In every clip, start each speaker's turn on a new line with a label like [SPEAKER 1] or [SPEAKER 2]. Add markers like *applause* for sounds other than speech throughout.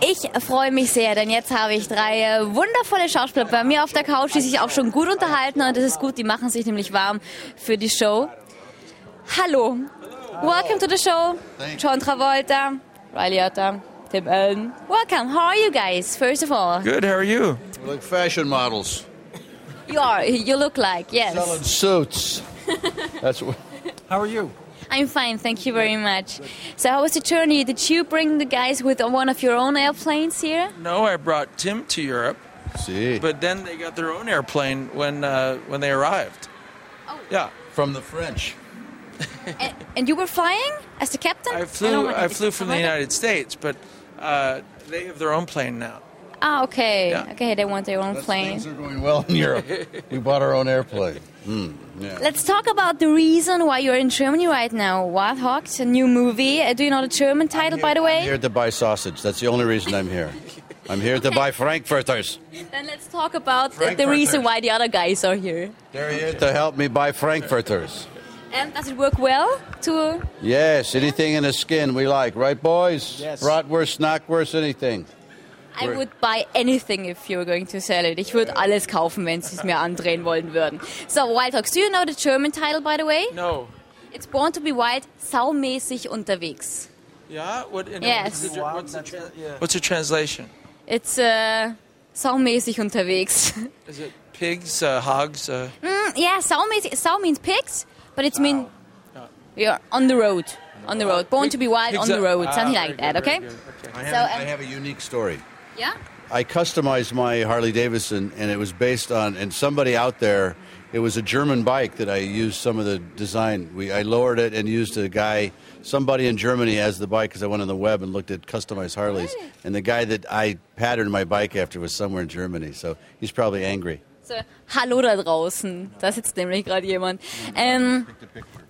[SPEAKER 1] Ich freue mich sehr, denn jetzt habe ich drei äh, wundervolle Schauspieler bei mir auf der Couch, die sich auch schon gut unterhalten und das ist gut, die machen sich nämlich warm für die Show. Hallo, welcome to the show. John Travolta, Riley Otter, Tim Allen. Welcome, how are you guys, first of all?
[SPEAKER 2] Good, how are you?
[SPEAKER 3] We're like fashion models
[SPEAKER 1] You are, you look like, yes.
[SPEAKER 3] selling
[SPEAKER 1] *laughs*
[SPEAKER 3] suits. That's what.
[SPEAKER 4] How are you?
[SPEAKER 1] I'm fine, thank you very much. So how was the journey? Did you bring the guys with one of your own airplanes here?
[SPEAKER 2] No, I brought Tim to Europe,
[SPEAKER 3] See.
[SPEAKER 2] but then they got their own airplane when uh, when they arrived. Oh. Yeah.
[SPEAKER 3] from the French.
[SPEAKER 1] and, and you were flying as the captain?
[SPEAKER 2] I
[SPEAKER 1] don't
[SPEAKER 2] flew
[SPEAKER 1] mind
[SPEAKER 2] I
[SPEAKER 1] if
[SPEAKER 2] flew
[SPEAKER 1] it's
[SPEAKER 2] from the
[SPEAKER 1] fine.
[SPEAKER 2] United States, but uh, they have their own plane now.
[SPEAKER 1] Ah, okay.
[SPEAKER 2] Yeah.
[SPEAKER 1] Okay, they want their own
[SPEAKER 3] That's-
[SPEAKER 1] plane.
[SPEAKER 3] Things are going well
[SPEAKER 1] *laughs*
[SPEAKER 3] in Europe. we bought our own airplane. Hmm. yeah.
[SPEAKER 1] Let's talk about the reason why you're in Germany right now. Wild Hawks, a new movie. Uh, do you know the German title, by the
[SPEAKER 3] I'm
[SPEAKER 1] way?
[SPEAKER 3] here to buy sausage. That's the only reason I'm here. I'm here to buy Frankfurters.
[SPEAKER 1] Then let's talk about uh, the
[SPEAKER 3] Frankfurters.
[SPEAKER 1] reason why the other guys are here.
[SPEAKER 3] They're here to help me buy Frankfurters.
[SPEAKER 1] And does it work well? To
[SPEAKER 3] Yes, anything in the skin we like, right, boys?
[SPEAKER 4] Yes.
[SPEAKER 3] Bratwurst, knackwurst, anything.
[SPEAKER 1] I would buy anything if you were going to sell it. Ich würde alles kaufen, wenn sie es mir andrehen wollen würden. So, Wild Hawks, do you know the German title, by the way?
[SPEAKER 2] No.
[SPEAKER 1] It's Born to be Wild, saumäßig unterwegs.
[SPEAKER 2] Yeah. What? and
[SPEAKER 1] Yes.
[SPEAKER 2] What's the, what's the, tra- what's the translation?
[SPEAKER 1] It's äh, saumäßig unterwegs. *laughs*
[SPEAKER 2] Is it pigs, uh, hogs? Uh,
[SPEAKER 1] yeah, saumäßig. Sau means pigs, but it's mean you're on the road. On the road. Born to be wild
[SPEAKER 2] pigs
[SPEAKER 1] on the
[SPEAKER 2] are-
[SPEAKER 1] road.
[SPEAKER 2] Ah,
[SPEAKER 1] Something
[SPEAKER 2] very
[SPEAKER 1] like
[SPEAKER 2] good,
[SPEAKER 1] that, okay?
[SPEAKER 2] very good.
[SPEAKER 3] I
[SPEAKER 1] have- So, um,
[SPEAKER 3] I
[SPEAKER 1] I
[SPEAKER 3] have a unique story.
[SPEAKER 1] Yeah?
[SPEAKER 3] I customized my Harley Davidson, and it was based on and somebody out there. It was a German bike that I used some of the design. We I lowered it and used a guy, somebody in Germany, as the bike because I went on the web and looked at customized Harleys. And the guy that I patterned my bike after was somewhere in Germany, so he's probably angry.
[SPEAKER 1] So, hallo da draußen. Da sitzt nämlich gerade jemand. Ähm,
[SPEAKER 3] Take the picture.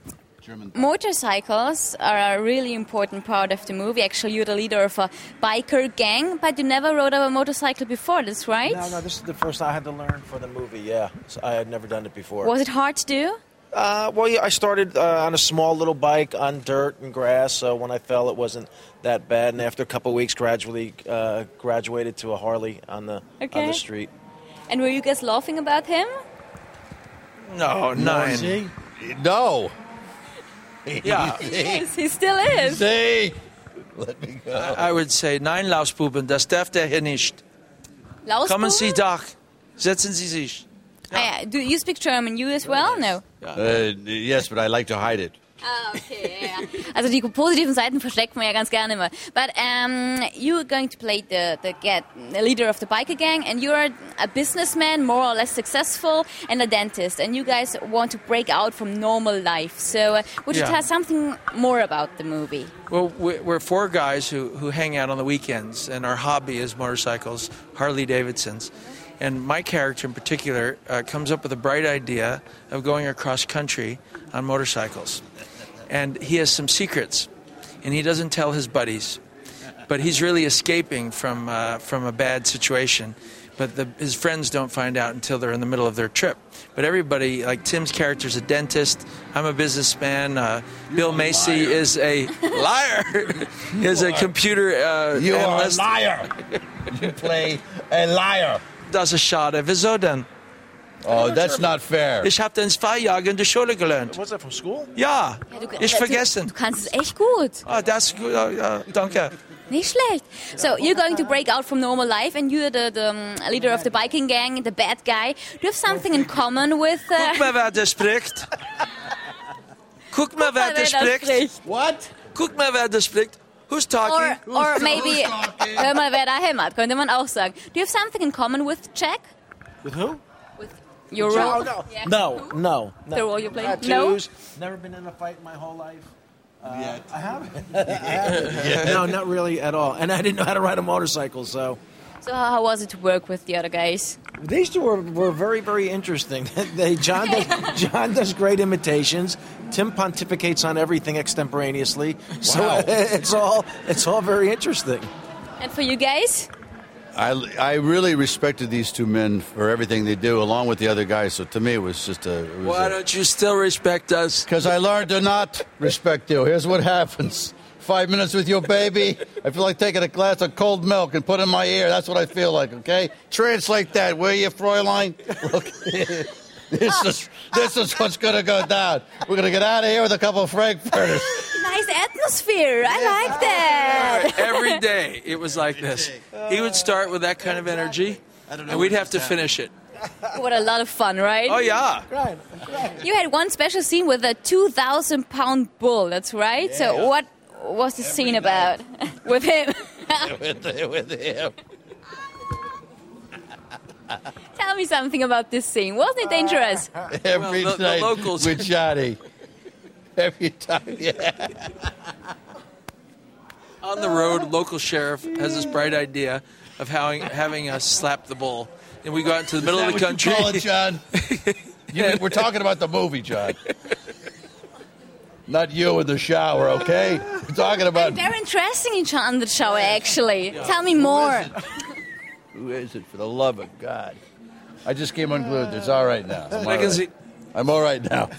[SPEAKER 3] German.
[SPEAKER 1] motorcycles are a really important part of the movie. Actually, you're the leader of a biker gang, but you never rode a motorcycle before, that's right?
[SPEAKER 4] No, no, this is the first I had to learn for the movie. Yeah, so I had never done it before.
[SPEAKER 1] Was it hard to do?
[SPEAKER 4] Uh, well, yeah, I started uh, on a small little bike on dirt and grass, so when I fell, it wasn't that bad. And after a couple of weeks, gradually uh, graduated to a Harley on the on
[SPEAKER 1] Okay.
[SPEAKER 4] the street.
[SPEAKER 1] And were you guys laughing about him?
[SPEAKER 2] no, nine.
[SPEAKER 3] No.
[SPEAKER 2] Yeah.
[SPEAKER 3] See?
[SPEAKER 1] Yes, he still is.
[SPEAKER 3] See? Let me go.
[SPEAKER 2] I would say nine Lausbuben, das darf der hier nicht.
[SPEAKER 1] Lausbuben?
[SPEAKER 2] Kommen Sie doch, setzen Sie sich.
[SPEAKER 1] Ah, yeah. Do you speak German? You as well? No.
[SPEAKER 3] Uh, yes, but I like to hide it.
[SPEAKER 1] Ah, okay. Yeah, yeah. *laughs* Also die positiven Seiten versteckt man ja ganz gerne immer. But um, you are going to play the the, get, the leader of the biker gang, and you are a businessman, more or less successful, and a dentist, and you guys want to break out from normal life. So uh, would you
[SPEAKER 2] Yeah.
[SPEAKER 1] tell us something more about the movie?
[SPEAKER 2] Well, we- we're four guys who, who hang out on the weekends, and our hobby is motorcycles, Harley Davidsons. And my character in particular uh, comes up with a bright idea of going across country on motorcycles. And he has some secrets, and he doesn't tell his buddies. But he's really escaping from, uh, from a bad situation. But the, his friends don't find out until they're in the middle of their trip. But everybody, like Tim's character's a dentist, I'm a businessman, uh, Bill Macy
[SPEAKER 3] liar.
[SPEAKER 2] is is
[SPEAKER 3] *laughs*
[SPEAKER 2] a liar. is a computer uh,
[SPEAKER 3] You are a
[SPEAKER 2] analyst.
[SPEAKER 3] liar. *laughs* you play a liar.
[SPEAKER 2] Das ist schade. Wieso denn?
[SPEAKER 3] Oh, that's not fair.
[SPEAKER 2] Ich habe den zwei Jahre in der Schule gelernt.
[SPEAKER 4] What's that from school?
[SPEAKER 2] Ja, ich vergessen.
[SPEAKER 1] Du, du kannst es echt gut.
[SPEAKER 2] Ah, das ist gut. Ah, ja, danke.
[SPEAKER 1] Nicht schlecht. So, you're going to break out from normal life and you're the, the um, leader of the biking gang, the bad guy. Do you have something in common with...
[SPEAKER 2] Guck
[SPEAKER 1] Uh,
[SPEAKER 2] mal, wer das spricht. Guck mal, wer das spricht.
[SPEAKER 1] spricht.
[SPEAKER 3] What?
[SPEAKER 2] Guck mal, wer das spricht. Who's
[SPEAKER 1] Or,
[SPEAKER 2] talking?
[SPEAKER 1] or maybe, oh, hör mal, wer da hämmert, könnte man auch sagen. Do you have something in common with Jack?
[SPEAKER 4] With who?
[SPEAKER 1] Your
[SPEAKER 4] No,
[SPEAKER 1] role?
[SPEAKER 4] no,
[SPEAKER 1] Yeah.
[SPEAKER 4] no, no. no.
[SPEAKER 1] The role you played?
[SPEAKER 4] Tattoos. Never been in a fight in my whole life. Uh, I haven't. *laughs* I haven't. No, not really at all. And I didn't know how to ride a motorcycle, so.
[SPEAKER 1] So how how was it to work with the other guys?
[SPEAKER 4] These two were, were very, very interesting. *laughs* they, John, does, John does great imitations. Tim pontificates on everything extemporaneously. So
[SPEAKER 3] Wow.
[SPEAKER 4] *laughs* it's all it's all very interesting.
[SPEAKER 1] And for you guys?
[SPEAKER 3] I, I really respected these two men for everything they do, along with the other guys. So to me, it was just a. It
[SPEAKER 2] Why
[SPEAKER 3] was
[SPEAKER 2] don't you still respect us?
[SPEAKER 3] because I learned to not respect you. Here's what happens. five minutes with your baby. I feel like taking a glass of cold milk and put it in my ear. That's what I feel like, okay? Translate that, will you, Fräulein? Look, *laughs* this is, this is what's going to go down. We're going to get out of here with a couple
[SPEAKER 2] *laughs*
[SPEAKER 3] of Frankfurters. *laughs*
[SPEAKER 1] Nice atmosphere. I like that.
[SPEAKER 2] Every day it was like this. He would start with that kind of energy,
[SPEAKER 3] I don't know
[SPEAKER 2] and
[SPEAKER 3] what
[SPEAKER 2] we'd have to
[SPEAKER 3] just happened.
[SPEAKER 2] finish it.
[SPEAKER 1] What a lot of fun, right?
[SPEAKER 2] Oh yeah.
[SPEAKER 1] You had one special scene with a 2,000 pound bull, that's right? So, what was the scene about *laughs* with him?
[SPEAKER 3] with, with him.
[SPEAKER 1] Tell me something about this scene. Wasn't it dangerous?
[SPEAKER 3] Every
[SPEAKER 2] Well, the- the
[SPEAKER 3] night
[SPEAKER 2] locals- *laughs*
[SPEAKER 3] with Johnny. Every time, yeah.
[SPEAKER 2] On the road, local sheriff has this bright idea of how, having us slap the bull. And we go out into the middle
[SPEAKER 3] Is
[SPEAKER 2] of
[SPEAKER 3] that
[SPEAKER 2] the
[SPEAKER 3] what
[SPEAKER 2] country.
[SPEAKER 3] you
[SPEAKER 2] *laughs*
[SPEAKER 3] call it, John? You- we're talking about the movie, John. Not you in the shower, okay? We're talking about
[SPEAKER 1] Very interesting in on the show, actually. Tell me more.
[SPEAKER 3] who is it? For the love of God! I just came unglued. It's all right now. I'm all
[SPEAKER 2] I can
[SPEAKER 3] right.
[SPEAKER 2] see-
[SPEAKER 3] I'm all right now.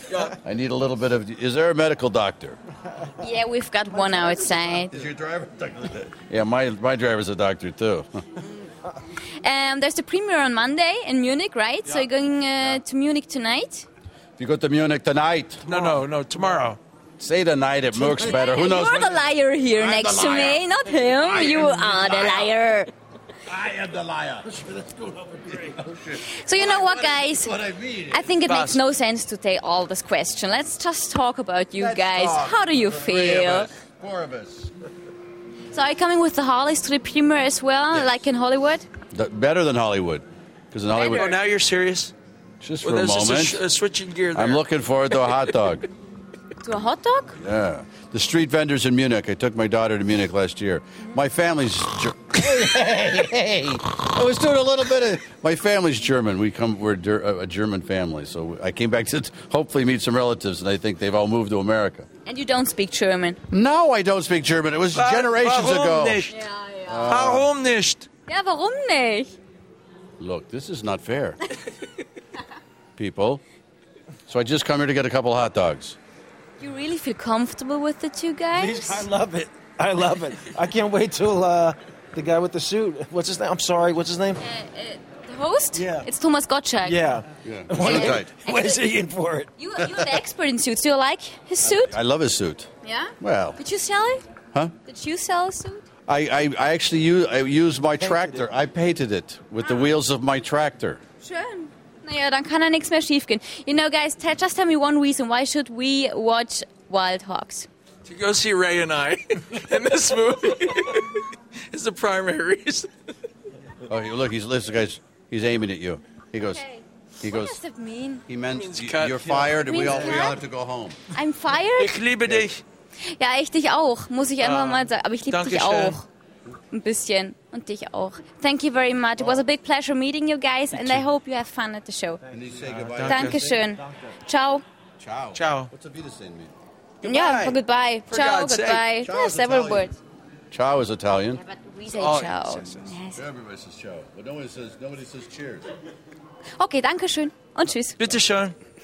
[SPEAKER 3] I need a little bit of. Is there a medical doctor?
[SPEAKER 1] Yeah, we've got one outside.
[SPEAKER 3] Is your driver? Yeah, my my driver's a doctor too.
[SPEAKER 1] Um, there's the premiere on Monday in Munich, right? So, you're going uh, to Munich tonight?
[SPEAKER 3] If you go to Munich tonight,
[SPEAKER 2] No, no, no, tomorrow.
[SPEAKER 3] say tonight it works better. Who knows?
[SPEAKER 1] You're the liar here
[SPEAKER 3] I'm the
[SPEAKER 1] next to me,
[SPEAKER 3] liar.
[SPEAKER 1] not him.
[SPEAKER 3] I am
[SPEAKER 1] you
[SPEAKER 3] the
[SPEAKER 1] are the liar.
[SPEAKER 3] liar. I am the *laughs* liar.
[SPEAKER 1] So, you know what, guys?
[SPEAKER 3] What I mean.
[SPEAKER 1] I think it makes
[SPEAKER 2] Boss.
[SPEAKER 1] no sense to take all this question. Let's just talk about you guys.
[SPEAKER 3] talk.
[SPEAKER 1] How do you
[SPEAKER 3] Oh, Three of
[SPEAKER 1] feel?
[SPEAKER 3] us. Four of us.
[SPEAKER 1] So are you coming with the Harleys to the premiere as well,
[SPEAKER 3] Yes.
[SPEAKER 1] like in Hollywood?
[SPEAKER 3] The- better than Hollywood. Because in Hollywood,
[SPEAKER 2] Oh, now you're serious?
[SPEAKER 3] just for
[SPEAKER 2] Well,
[SPEAKER 3] a
[SPEAKER 2] there's just a,
[SPEAKER 3] moment,
[SPEAKER 2] sh- a switching gear there.
[SPEAKER 3] I'm looking forward to a hot *laughs* dog.
[SPEAKER 1] To a hot dog?
[SPEAKER 3] yeah. The street vendors in Munich. I took my daughter to Munich last year. My family's. Ger- *laughs* hey, hey, hey. I was doing a little bit of. My family's German. We come. We're ger- a a German family, so I came back to hopefully meet some relatives, and I think they've all moved to America.
[SPEAKER 1] And you don't speak German.
[SPEAKER 3] No, I don't speak German. It was
[SPEAKER 2] Wa-
[SPEAKER 3] generations
[SPEAKER 2] warum
[SPEAKER 3] ago.
[SPEAKER 2] Nicht? warum nicht?
[SPEAKER 1] Ja, warum nicht?
[SPEAKER 3] Look, this is not fair. *laughs* People. So I just come here to get a couple hot dogs.
[SPEAKER 1] You really feel comfortable with the two
[SPEAKER 4] I
[SPEAKER 1] guys?
[SPEAKER 4] love it. I love it. I can't wait till uh, the guy with the suit. What's his name? I'm sorry. What's his name?
[SPEAKER 1] The host?
[SPEAKER 4] Yeah.
[SPEAKER 1] It's Thomas Gottschalk.
[SPEAKER 4] Yeah.
[SPEAKER 3] Yeah.
[SPEAKER 4] What is he in for it?
[SPEAKER 1] You, you're the expert in suits. Do you like his suit?
[SPEAKER 3] I love his suit.
[SPEAKER 1] Yeah?
[SPEAKER 3] Well.
[SPEAKER 1] Did you sell it?
[SPEAKER 3] Huh?
[SPEAKER 1] Did you sell a suit?
[SPEAKER 3] I, I, I actually use, I use my tractor. I painted it with
[SPEAKER 2] Ah.
[SPEAKER 3] the wheels of my tractor.
[SPEAKER 1] Schön. Naja, dann kann ja nichts mehr schiefgehen. You know, guys, tell, just tell me one reason. Why should we watch Wild Hogs?
[SPEAKER 2] To go see Ray and I *laughs* in this movie *laughs* is the primary reason.
[SPEAKER 3] Oh, you- look, he's listen, guys. He's aiming at you. He goes. He
[SPEAKER 1] What
[SPEAKER 3] goes.
[SPEAKER 1] does that mean?
[SPEAKER 3] He meant
[SPEAKER 2] Means
[SPEAKER 3] you-
[SPEAKER 2] cut.
[SPEAKER 3] you're fired. and We
[SPEAKER 1] Means
[SPEAKER 3] all we all
[SPEAKER 1] cut?
[SPEAKER 3] have to go home.
[SPEAKER 1] I'm fired?
[SPEAKER 2] Ich liebe dich.
[SPEAKER 1] Ja, ich dich auch, muss ich einfach mal sagen. Aber ich liebe dich
[SPEAKER 2] Dankeschön.
[SPEAKER 1] auch. Ein bisschen. Und dich auch. Thank you very much. It was a big pleasure meeting you guys and I hope you have fun at the show.
[SPEAKER 3] And you say goodbye.
[SPEAKER 1] Dankeschön. Ciao.
[SPEAKER 3] Ciao.
[SPEAKER 2] Ciao.
[SPEAKER 3] What's a Wiedersehen mean?
[SPEAKER 1] Ja, goodbye. Ciao,
[SPEAKER 2] God's sake.
[SPEAKER 1] goodbye.
[SPEAKER 3] Ciao
[SPEAKER 1] There's
[SPEAKER 3] is
[SPEAKER 1] several
[SPEAKER 3] Italian.
[SPEAKER 1] words.
[SPEAKER 3] Ciao is Italian.
[SPEAKER 1] But we say
[SPEAKER 2] Oh,
[SPEAKER 1] ciao.
[SPEAKER 2] yes, yes,
[SPEAKER 1] Yes.
[SPEAKER 3] Everybody says ciao, but nobody says nobody says cheers.
[SPEAKER 1] Okay, danke schön und tschüss.
[SPEAKER 2] Bitte schön.